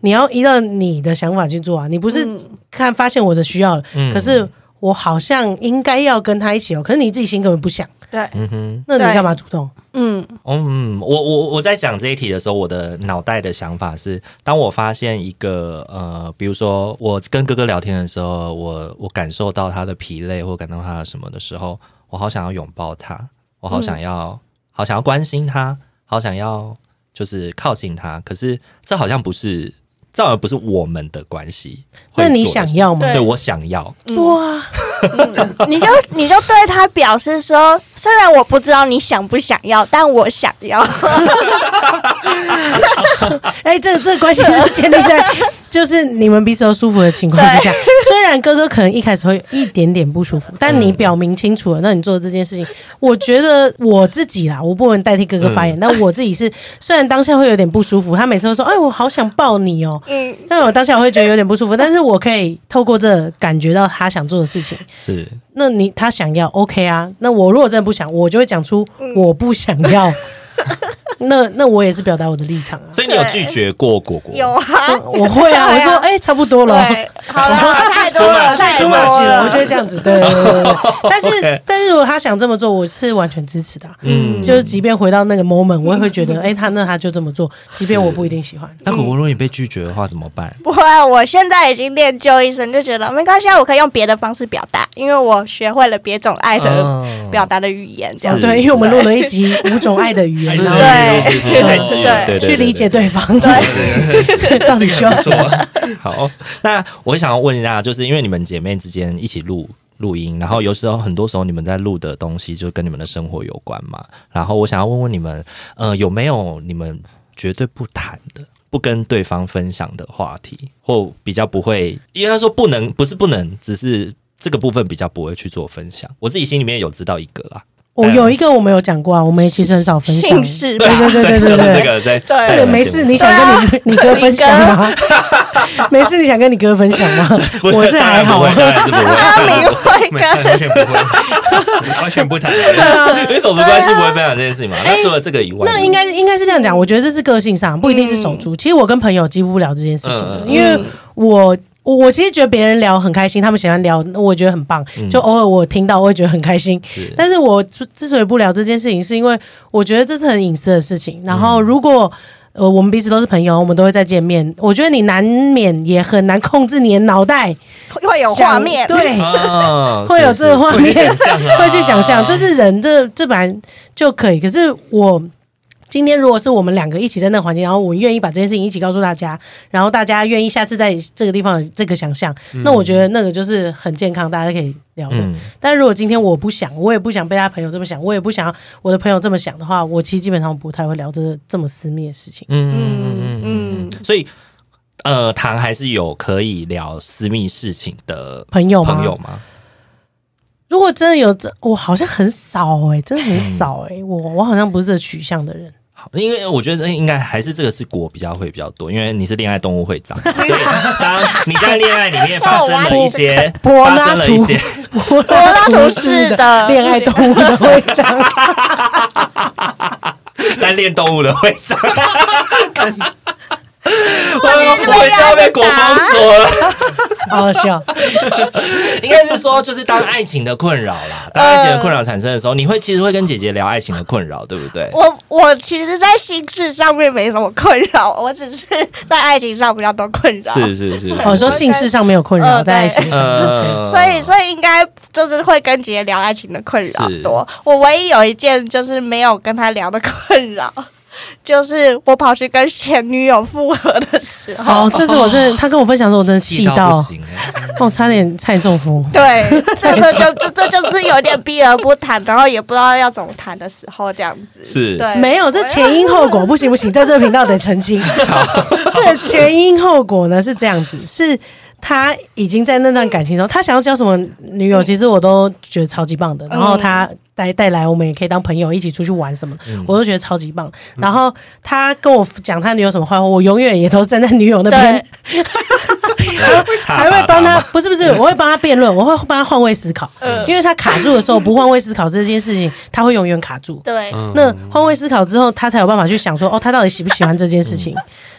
C: 你要依照你的想法去做啊，你
A: 嗯
C: 不是看发现我的需要了，可是我好像应该要跟他一起哦，可是你自己心根本不想，
D: 对，
C: 那你
D: 对
C: 干嘛主动？
D: 嗯
A: 哦嗯，我我我在讲这一题的时候，我的脑袋的想法是，当我发现一个呃，比如说我跟哥哥聊天的时候，我我感受到他的疲累或感到他的什么的时候，我好想要拥抱他，我好
C: 嗯
A: 想要、好想要关心他，好想要就是靠近他，可是这好像不是，这好像不是我们的关系。
C: 那你想要吗
A: 对
D: 对
A: 我想要，
C: 做啊，
D: 你就你就对他表示说，虽然我不知道你想不想要，但我想要。
C: 哎、这这个关系是建立在就是你们彼此都舒服的情况之下。虽然哥哥可能一开始会有一点点不舒服，但你表明清楚了，那你做的这件事情，我觉得我自己啦，我不能代替哥哥发言，但我自己是虽然当下会有点不舒服，他每次都说：“哎，我好想抱你哦。”
D: 嗯，
C: 但我当下我会觉得有点不舒服，但是我可以透过这感觉到他想做的事情。
A: 是
C: 那你他想要 OK 啊？那我如果真的不想，我就会讲出
D: 嗯
C: 我不想 要。那那我也是表达我的立场啊。
A: 所以你有拒绝过果果？
D: 有啊，
C: 我会啊，我
D: 对啊
C: 说哎、差不多了，
D: 对，好了， 太多了，太
C: 太
D: 多
C: 多了，我
D: 了
C: 就。会这样子。对，对对对 对但
A: OK
C: 是但是如果他想这么做，我是完全支持的啊、
A: 嗯
C: 就是即便回到那个 moment，我也会觉 得，哎、他那他就这么做，即便我不一定喜欢。
A: 那果果，如果你被拒绝的话怎么办？
D: 不会啊，我现在已经练就一身，就觉得没关系，啊，我可以用别的方式表达，因为我学会了别种爱的
A: 嗯
D: 表达的语言，这样
A: 是
C: 对，因为我们录了一集五种爱的语 言，然后
D: 对
A: 是是是太
C: 对
A: 激烈了对对对，
C: 去理解对方 到底需要什么。
A: 好，那我想要问一下，就是因为你们姐妹之间一起录录音，然后有时候很多时候你们在录的东西就跟你们的生活有关嘛。然后我想要问问你们，呃，有没有你们绝对不谈的、不跟对方分享的话题，或比较不会，应该说不能，不是不能，只是这个部分比较不会去做分享。我自己心里面有知道一个啦，
C: 我哦有一个我们有讲过啊，我们其实很少分享。
D: 姓氏
C: 对对对对
A: 就是
C: 对对
A: 这， 个在
D: 对
C: 这个没事，，你想跟你你哥分享吗？没事，你想跟你哥分享吗？
A: 不
C: 我是
A: 当
C: 还
A: 然不
C: 好
A: 会，
C: 啊，
A: 当然是不会。
D: 阿明会
B: 没
D: 跟
B: 完全 不会，完全不谈。
A: 因为手足关系不会分享这件事情嘛。那除了这个以外，
C: 那应该应该是这样讲，我觉得这是个性上，不一定是
D: 嗯
C: 手足。其实我跟朋友几乎不聊这件事情的，
A: 嗯嗯嗯
C: 因为我。我我其实觉得别人聊很开心，他们喜欢聊，我觉得很棒。就偶尔我听到，我会觉得很开心。
A: 嗯是
C: 但是我之之所以不聊这件事情，是因为我觉得这是很隐私的事情。然
A: 嗯
C: 后如果、呃我们彼此都是朋友，我们都会再见面，我觉得你难免也很难控制你的脑袋
D: 会有画面，
C: 想对，
A: 啊
C: 哎会有这个画面，
B: 哦是是是会去想象啊
C: 会去想象，这是人，这这本来就可以。可是我今天如果是我们两个一起在那个环境，然后我愿意把这件事情一起告诉大家，然后大家愿意下次在这个地方有这个想象，
B: 嗯
C: 那我觉得那个就是很健康，大家可以聊的。
A: 嗯
C: 但如果今天我不想，我也不想被他朋友这么想，我也不想要我的朋友这么想的话，我其实基本上不太会聊这这么私密的事情。
A: 嗯嗯嗯，所以呃，谈还是有可以聊私密事情的
C: 朋友吗？
A: 朋友吗？
C: 如果真的有这，我好像很少哎、真的 很少哎、我我好像不是这取向的人。
A: 好因为我觉得应该还是这个是果比较会比较多，因为你是恋爱动物会长， 所以当你在恋爱里面发生了一些，
C: 柏
A: 发
C: 拉
A: 生了一
C: 图
A: 些，
C: 柏拉图式的恋爱动物的会 长，
A: 单恋动物的会 长，我
D: 面是被
A: 我们要被果封锁了。
C: 好好笑。
A: 应该是说，就是当爱情的困扰 啦，当爱情的困扰产生的时候，你会其实会跟姐姐聊爱情的困扰，对不对？
D: 我我其实，在心事上面没什么困扰，我只是在爱情上比较多困扰。
A: 是是是，
C: 哦，你说性事上没有困扰，
D: 呃
C: 在爱情上，
A: 呃
D: 所以，所以应该就是会跟姐姐聊爱情的困扰
A: 是
D: 多。我唯一有一件就是没有跟她聊的困扰，就是我跑去跟前女友复合的时候
C: 哦，。这次我真的，他跟我分享的时候，我真的
A: 气
C: 气
A: 到不
C: 到，
A: 行欸，
C: 我差点差点中风。
D: 对，这个就这这就是有点避而不谈，然后也不知道要怎么谈的时候，这样子
A: 是
D: 对，
C: 没有，这前因 后果不行不行，在这个频道得澄清。这前因后果呢是这样子，是他已经在那段感情中，他想要交什么女友，其实我都觉得超级棒
D: 嗯
C: 的。然后他带带来，我们也可以当朋友，一起出去玩什么，
D: 嗯
C: 我都觉得超级棒。然后他跟我讲他女友什么坏话，我永远也都站在女友那边
D: 对，
C: 还会帮他，不是不是，
D: 嗯
C: 我会帮他辩论，我会帮他换位思考，因为他卡住的时候不换位思考这件事情，他会永远卡住。
D: 对，
C: 那换位思考之后，他才有办法去想说，哦，他到底喜不喜欢这件事情？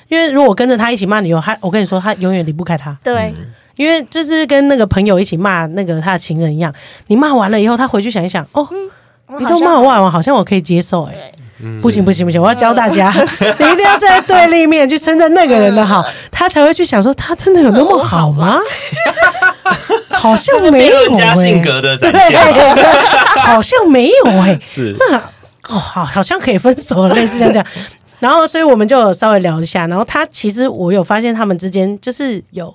C: 因为如果跟着他一起骂女友，他我跟你说，他永远离不开他，
D: 对，
C: 因为这是跟那个朋友一起骂那个他的情人一样，你骂完了以后，他回去想一想，哦，
D: 嗯我
C: 你
D: 好
C: 都
D: 像
C: 骂完我，好像我可以接受、欸，哎。不行不行不行！我要教大家，
D: 嗯
C: 你一定要站在对立面去称赞那个人的好，他才会去想说他真的有那么好吗？好像没
A: 辩
C: 有、
A: 论
C: 欸，
A: 家性格的展现啊吧。
C: 对， 好像没有哎、
A: 是
C: 那哦，好，好像可以分手了，类似像这样。 然后，所以我们就有稍微聊一下。然后他其实我有发现他们之间就是有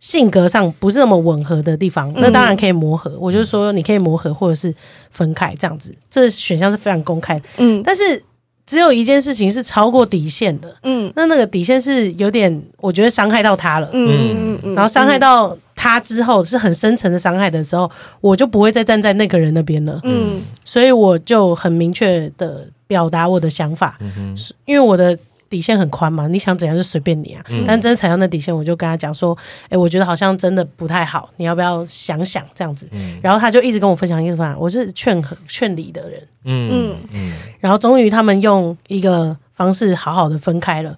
C: 性格上不是那么吻合的地
D: 嗯
C: 方，那当然可以磨合。我就说你可以磨合或者是分开这样子，这选项是非常公开的。
D: 嗯
C: 但是只有一件事情是超过底线的，
D: 嗯
C: 那那个底线是有点我觉得伤害到他了，
D: 嗯嗯嗯，
C: 然后伤害到他之后是很深层的伤害的时候，我就不会再站在那个人那边了。
D: 嗯
C: 所以我就很明确的表达我的想法，是因为我的底线很宽嘛，你想怎样就随便你啊。
A: 嗯
C: 但真的踩到那底线，我就跟他讲说，哎、我觉得好像真的不太好，你要不要想想这样子？
A: 嗯
C: 然后他就一直跟我分享一个方案，我是劝和劝离的人。
A: 嗯
D: 嗯
A: 嗯，
C: 然后终于他们用一个方式好好的分开了，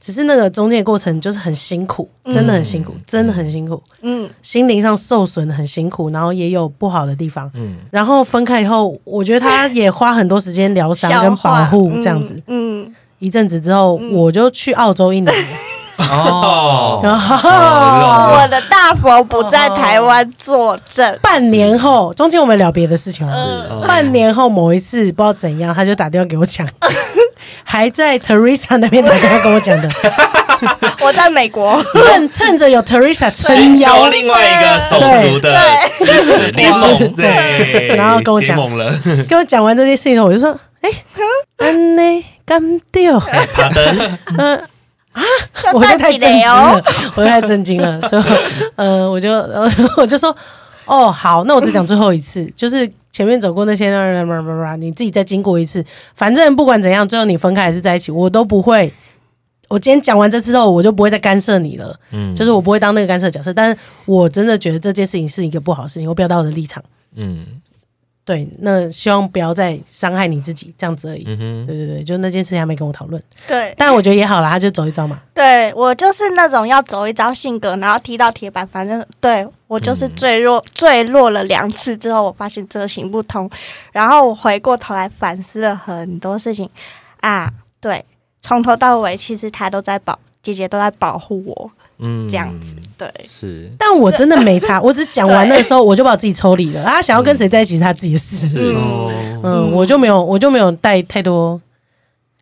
C: 只是那个中间的过程就是很辛苦，真的很辛苦，真的很辛苦。
D: 嗯，
C: 心灵上受损很辛苦，然后也有不好的地方。嗯，然后分开以后，我觉得他也花很多时间疗伤
D: 消
C: 跟
D: 化
C: 保护这样子。，
D: 嗯，
C: 一阵子之后，我就去澳洲一年，
A: 哦，
C: 然
D: 嗯
C: 后
D: 我的大佛不在台湾作证，
C: 半年后，中间我们聊别的事情了。半年后某一次不知道 怎样，他就打电话给我讲，还在 Teresa 那边打电话跟我讲的。
D: 我在美国，
C: 趁趁着有 Teresa 撑
A: 寻求
C: 腰，
A: 另外一个手足的支持联盟。
B: 对，
C: 然后跟我
B: 结
C: 讲
B: 盟了，
C: 跟我讲完这件事情后，我就说，哎、安呢干掉，嗯
A: 好 的，
C: 我就太震惊
D: 哦
C: 了，， 我就太震惊了，所以呃，我就呃 我就说，哦，好，那我只讲最后一次，就是前面走过那些，你自己再经过一次，反正不管怎样，最后你分开还是在一起，我都不会。我今天讲完这之后，我就不会再干涉你了，
A: 嗯
C: 就是我不会当那个干涉角色。但是我真的觉得这件事情是一个不好的事情，我表达我的立场。
A: 嗯
C: 对，那希望不要再伤害你自己，这样子而已。
A: 嗯哼，
C: 对对对，就那件事情还没跟我讨论，
D: 对
C: 但我觉得也好啦，他就走一遭嘛。
D: 对，我就是那种要走一招性格，然后踢到铁板，反正对我
C: 嗯
D: 就是坠落、坠落了两次之后，我发现这行不通，然后我回过头来反思了很多事情啊，对，从头到尾其实他都在保，姐姐都在保护我，
A: 嗯，
D: 这样子对。
A: 是
C: 但我真的 没差，我只讲完那个时候，我就把我自己抽离了。他想要跟谁在一起是他自己的事，
A: 是。
B: 哦，
C: 嗯，我就没有，我就没有带太多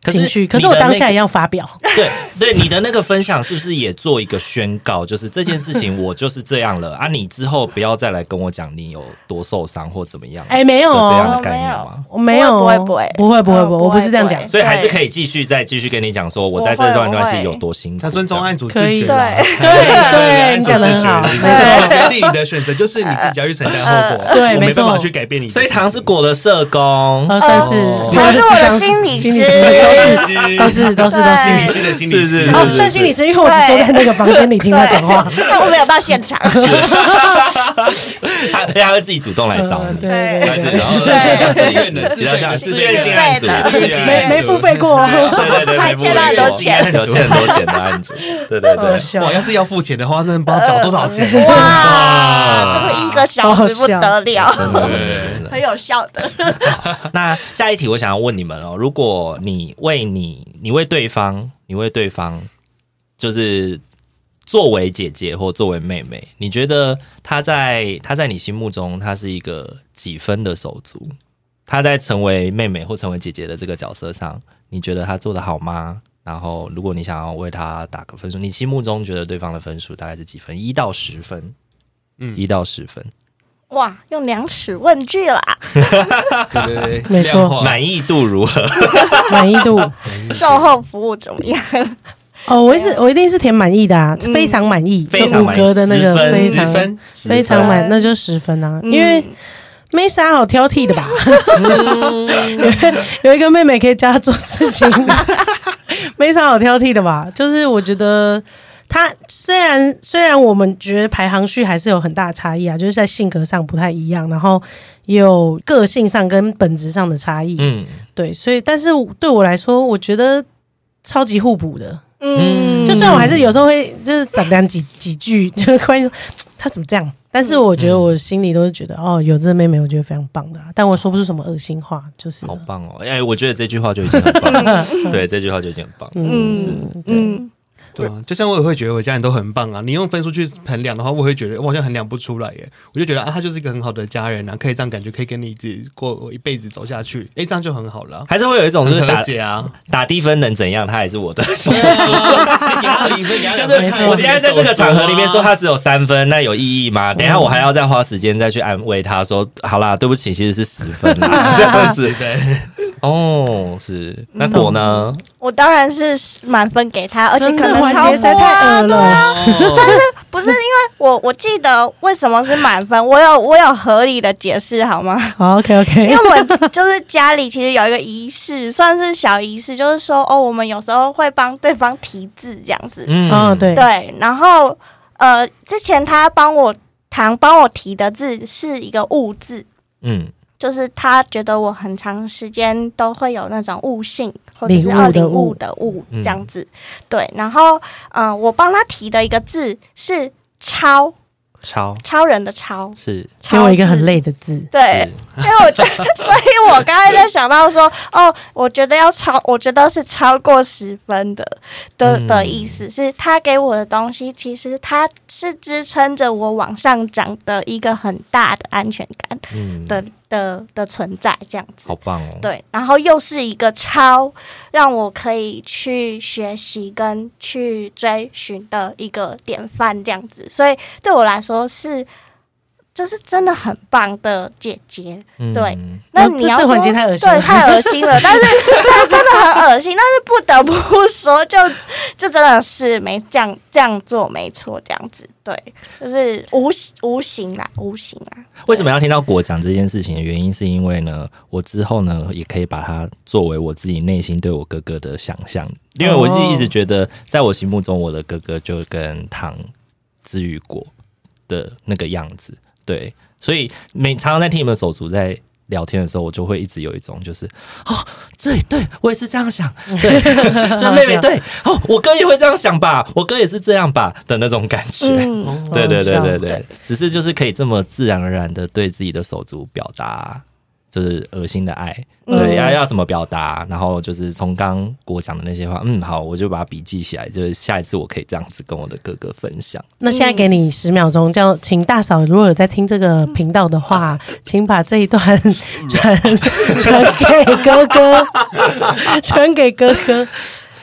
A: 可是
C: 情绪。可
A: 你
C: 是
A: 的
C: 我当
A: 那
C: 下
A: 个
C: 一样发表，
A: 对对，你的那个分享是不是也做一个宣告？就是这件事情我就是这样了啊，你之后不要再来跟我讲你有多受伤或怎么样。
C: 哎，没有
A: 有这样
C: 哦，
A: 的概念吗？
C: 我没有哦，
D: 不会不会
C: 不会不会
D: 嗯
C: 不会，我不是这样讲
D: 不会。
A: 所以还是可以继续再继续跟你讲，说我在这段关系有多辛苦。
B: 他尊重案主自
C: 可以
B: 觉
D: 对
B: 啦，
C: 对对，
B: 按
C: 你
B: 照
C: 讲的
B: 自
C: 很
B: 觉
C: 好，
B: 你自己决定你的选择，就是你自己要去承担后果，
C: 对
B: 我
C: 没
B: 没
C: 错
B: 办法去改变你。
A: 所以唐是，果的社工，
C: 呃，算是
B: 哦
D: 他是我的心理师，
C: 都是都是都
B: 心理
C: 是。
B: 师的心理
A: 是
B: 师
A: 是
C: 哦，算心理师，因为我只坐在那个房间里听他讲话。
D: 对，但我没有到现 场。
A: 他他会自己主动来找
C: 嗯
A: 你
C: 对。对对对，
A: 然后
D: 对
A: 像自愿
B: 对
A: 的，比较像
B: 自
A: 自愿
B: 愿
A: 性
B: 性
A: 案
D: 案
A: 组
D: 组，
B: 自愿
C: 没没付费过哦。
A: 对对对，
D: 还
A: 没付
D: 欠
A: 费
D: 他很多
A: 过
D: 钱
A: 有欠很多钱的案组，对对对
C: 好。笑
B: 哇，要是要付钱的话，那不知道缴多少钱。
D: 哇，这个一个小时不得了，
A: 真的真的真的
D: 很有效的。
A: 那下一题，我想要问你们哦，如果你为你，你为对方，你为对方，就是作为姐姐或作为妹妹，你觉得她在她在你心目中，她是一个几分的手足？她在成为妹妹或成为姐姐的这个角色上，你觉得她做的好吗？然后，如果你想要为她打个分数，你心目中觉得对方的分数大概是几分？一到十分，嗯，一到十分，
D: 哇，用量尺问句啦，
B: 对对对，
C: 呃没错
B: 量化
A: 满意度如何？
C: 满意度
D: 售后服务怎么样？
C: 哦，我是我一定是填满意的啊，
D: 嗯
C: 非常满意，
A: 非常
C: 就五
A: 满意
C: 格的那
A: 10
C: 个
A: 分
C: 非
B: 十
C: 常
B: 分，嗯
C: 非常满，那就十分啊，因为没啥好挑剔的吧。
B: 嗯
C: 有一个妹妹可以教她做事情，没啥好挑剔的吧。就是我觉得她虽然虽然我们觉得排行序还是有很大的差异啊，就是在性格上不太一样，然后也有个性上跟本质上的差异。
A: 嗯，
C: 对，所以但是对我来说，我觉得超级互补的。
D: 嗯，
C: 就虽然我还是有时候会就是斩断几几句，就是关于说他怎么这样，但是我觉得我心里都是觉得、哦，有这个妹妹，我觉得非常棒的啊、但我说不出什么恶心话，就是了
D: 嗯
A: 好棒哦！哎、我觉得这句话就已经很棒了。对，这句话就已经很棒。
C: 嗯，
D: 嗯，
B: 对啊，就像我也会觉得我家人都很棒啊。你用分数去衡量的话，我会觉得我好像衡量不出来耶。我就觉得啊，他就是一个很好的家人啊，可以这样感觉，可以跟你一直过一辈子走下去，哎，这样就很好了啊。
A: 还是会有一种就是
B: 很 和
A: 打
B: 谐啊，
A: 打低分能怎样？他也是我的 手足。 就
B: 就是
A: 是我今天在这个场合里面说他只有三分，那有意义吗？等一下我还要再花时间再去安慰他说，好啦，对不起，其实是十分啦，这样
B: 对
A: 子。哦，是。那果呢？
D: 我当然是满分给他，而且
C: 真的
D: 可能
C: 环
D: 超
C: 节实在
D: 过
C: 太
D: 啊，
C: 恶
D: 对
C: 了。
D: 啊。但
B: 对，
D: 是不是因为我我记得为什么是满分？我有我有合理的解释好吗？
C: 好，OK
D: 因
C: OK，
D: 为我就是家里其实有一个仪式，算是小仪式，就是说哦，我们有时候会帮对方题字这样子。
A: 嗯
C: 哦对，
D: 对，然后呃，之前他帮我唐帮我提的字是一个物字，
A: 嗯，
D: 就是他觉得我很长时间都会有那种悟性，或者是
C: 领
D: 哦
C: 悟的
D: 领
C: 悟嗯
D: 悟的悟这样子。对，然后嗯、呃我帮他提的一个字是超
A: 超
D: 超人的超，
A: 是
C: 给我一个
D: 超字
C: 很累的字，
D: 对，因为我觉得， 所以我刚才在想到说，哦，我觉得要超，我觉得是超过十分的的
A: 嗯
D: 的意思，是他给我的东西，其实它是支撑着我往上涨的一个很大的安全感
A: 嗯
D: 的的的的存在这样子
A: 好。棒哦！
D: 对，然后又是一个超让我可以去学习跟去追寻的一个典范，这样子，所以对我来说是，就是真的很棒的姐姐。
A: 嗯
D: 对，那你要
C: 这
D: 说、
C: 这环节太恶心了
D: 对，太恶心了。但是， 但是真的很恶心。但是不得不说，就就真的是没这样这样做，没错，这样子，对，就是无无形啦，无形啊啦。
A: 为什么要听到果讲这件事情的原因，是因为呢，我之后呢也可以把它作为我自己内心对我哥哥的想象，因为我是一直觉得，在我心目中，我的哥哥就跟唐之于果的那个样子，对，所以每常常在听你们手足在。聊天的时候，我就会一直有一种就是，哦，对对，我也是这样想，对，就是妹妹对，哦，我哥也会这样想吧，我哥也是这样吧的那种感觉。
C: 啊
D: 嗯，
A: 对对对对
D: 对
A: 对，只是就是可以这么自然而然的对自己的手足表达，就是恶心的爱，
C: 嗯
A: 对，要要怎么表达，然后就是从刚刚我讲的那些话，嗯，好，我就把它笔记起来，就是下一次我可以这样子跟我的哥哥分享。
C: 那现在给
D: 嗯
C: 你十秒钟，叫请大嫂，如果有在听这个频道的话，
D: 嗯
C: 请把这一段 传传给哥哥， 传给哥哥。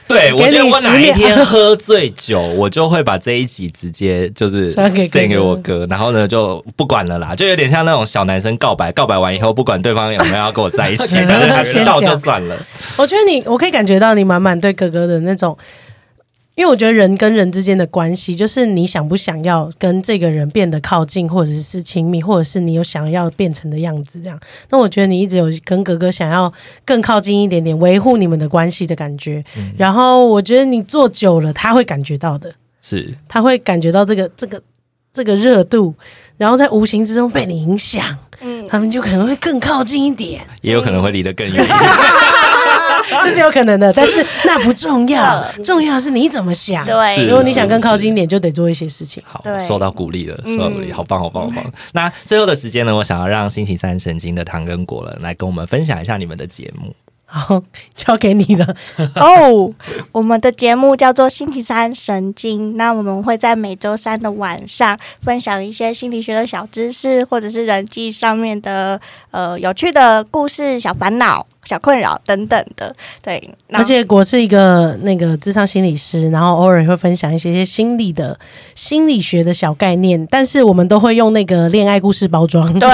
A: 对，我觉得我
C: 给你
A: 哪一
C: 十秒
A: 天喝醉酒，我就会把这一集直接就是
C: 传给哥哥
A: send 给我哥，然后呢就不管了啦，就有点像那种小男生告白，告白完以后不管对方有没有要跟我在一起，
C: 可能
A: 反正
C: 他
A: 他
C: 先
A: 知道就
C: 讲
A: 算了。
C: 我觉得你，我可以感觉到你满满对哥哥的那种，因为我觉得人跟人之间的关系，就是你想不想要跟这个人变得靠近，或者是亲密，或者是你有想要变成的样子这样。那我觉得你一直有跟哥哥想要更靠近一点点，维护你们的关系的感觉。然后我觉得你做久了，他会感觉到的，
A: 是，
C: 他会感觉到这个这个这个热度，然后在无形之中被你影响，
D: 嗯
C: 他们就可能会更靠近一点。
A: 也有可能会离得更远一点。
C: 这是有可能的，但 是那不重要，重要的是你怎么想。
D: 对，
A: 是
C: 如果你想更靠近一点，就得做一些事情。
A: 好，
D: 对
A: 受到鼓励了，受到鼓励，好棒，好棒，好 棒。那最后的时间呢，我想要让星期三神经的糖跟果仁来跟我们分享一下你们的节目。
C: 好，交给你了。
D: 哦，我们的节目叫做星期三神经，那我们会在每周三的晚上分享一些心理学的小知识，或者是人际上面的呃有趣的故事、小烦恼、小困扰等等的。对，然
C: 而
D: 后
C: 且我是一个那个智商心理师，然后偶尔会分享一些些心理的心理学的小概念，但是我们都会用那个恋爱故事包装。
D: 对，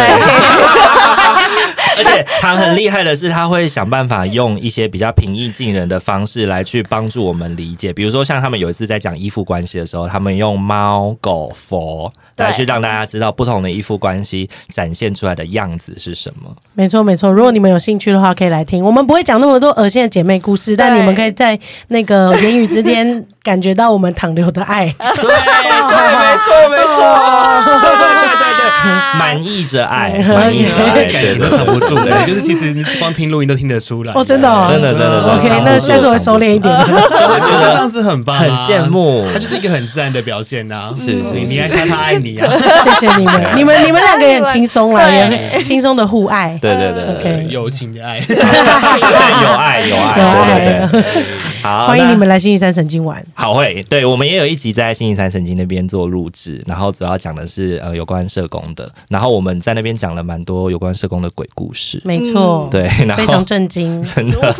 A: 而且糖很厉害的是，他会想办法用一些比较平易近人的方式来去帮助我们理解。比如说，像他们有一次在讲依附关系的时候，他们用猫、狗、佛来去
D: 对
A: 让大家知道不同的依附关系展现出来的样子是什么。
C: 没错没错，如果你们有兴趣的话，可以来听。我们不会讲那么多恶心的姐妹故事，但
D: 对
C: 你们可以在那个言语之间感觉到我们淌流 的爱。
A: 对，对，没错，没错，对对对对对，满意着爱，嗯满 意着爱，
B: 感情都
A: 对
B: 藏不住的，就是其实你光听录音都听得出来。
C: 哦，真的、哦，
A: 真的真的真的
C: OK，
A: 藏不
C: 那
A: 住
C: 下次我会
A: 藏
C: 收
A: 不
C: 敛一
A: 住
C: 点。
B: 我觉得这样子很棒啊，
A: 很羡慕
B: 他就是一个很自然的表现呐。
A: 是是
B: 你你
A: 是
B: 爱他，他爱你啊。
C: 谢谢你们，你们你们两个也很轻松啦，
D: 对
C: 也很轻松的互爱。
A: 对对 对对对，
C: OK
B: 友情的爱，
A: 对 有爱嗯有爱，对对对，好，
C: 欢迎
A: 那
C: 你们。来星期三神经玩。
A: 好会，对我们也有一集在星期三神经那边做录制，然后主要讲的是呃有关社工的，然后我们在那边讲了蛮多有关社工的鬼故事，
C: 没错，
A: 嗯对，然
C: 非
A: 后
C: 常震 惊，
A: 真的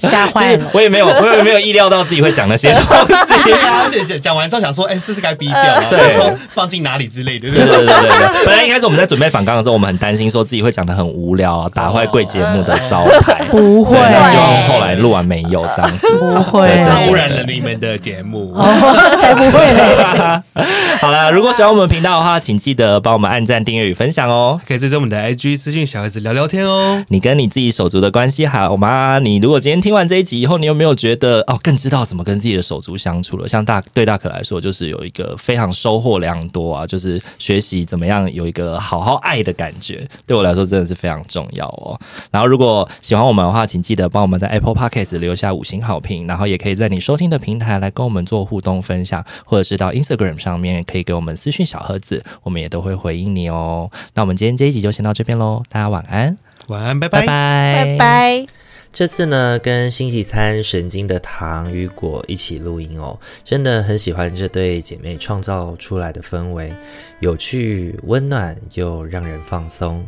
C: 吓
A: 就
C: 坏
A: 是
C: 了。
A: 我也没有 我也没有意料到自己会讲那些东西，
B: 对啊，而且讲完之后想说，哎，这是该逼掉啊，
A: 对
B: 说放进哪里之类的，
A: 对
B: 对不
A: 对对
B: 对？
A: 对对，本来一开始我们在准备反纲的时候，我们很担心说自己会讲的很无聊啊，打坏贵节目的招牌。
C: 不会
A: 对，，那希望后来录完没有这样子。
C: 不会
A: 对
B: 他
A: 对
B: 污染了你们的节目。
C: 哦，才不会嘞。
A: 好啦，如果喜欢我们频道的话，请记得帮我们按赞、订阅与分享哦。
B: 可以追踪我们的 IG 私信小孩子聊聊天哦。
A: 你跟你自己手足的关系好吗？你如果今天听完这一集以后，你有没有觉得哦，更知道怎么跟自己的手足相处了？像大对大可来说，就是有一个非常收获良多啊，就是学习怎么样有一个好好爱的感觉，对我来说真的是非常重要哦。然后如果喜欢我们的话，请记得帮我们在 Apple Podcast 留下五星好评，然后也可以在你收听的平台来跟我们做互动分享，或者是到 Instagram 上面可以给我们私讯小盒子，我们也都会回应你哦。那我们今天这一集就先到这边喽，大家晚安。
B: 晚安，拜
A: 拜拜，
D: 拜拜。
E: 这次呢，跟星期三神经的糖与果一起录音哦，真的很喜欢这对姐妹创造出来的氛围，有趣、温暖又让人放松。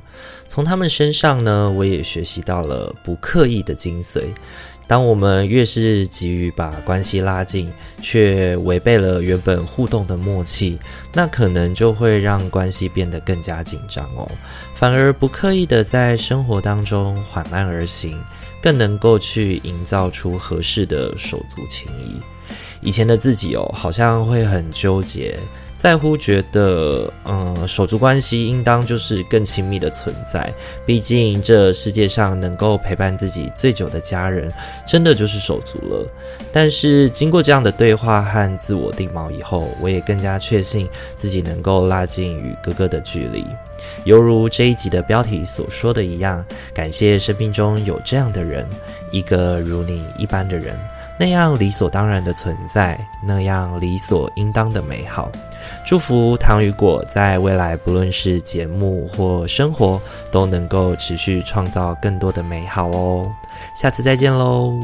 E: 从她们身上呢，我也学习到了不刻意的精髓。当我们越是急于把关系拉近，却违背了原本互动的默契，那可能就会让关系变得更加紧张哦。反而不刻意的在生活当中缓慢而行，更能够去营造出合适的手足情谊。以前的自己哦，好像会很纠结，在乎觉得，嗯，手足关系应当就是更亲密的存在。毕竟这世界上能够陪伴自己最久的家人，真的就是手足了。但是经过这样的对话和自我定锚以后，我也更加确信自己能够拉近与哥哥的距离。犹如这一集的标题所说的一样，感谢生命中有这样的人，一个如你一般的人，那样理所当然的存在，那样理所应当的美好。祝福糖与果在未来，不论是节目或生活，都能够持续创造更多的美好哦。下次再见喽！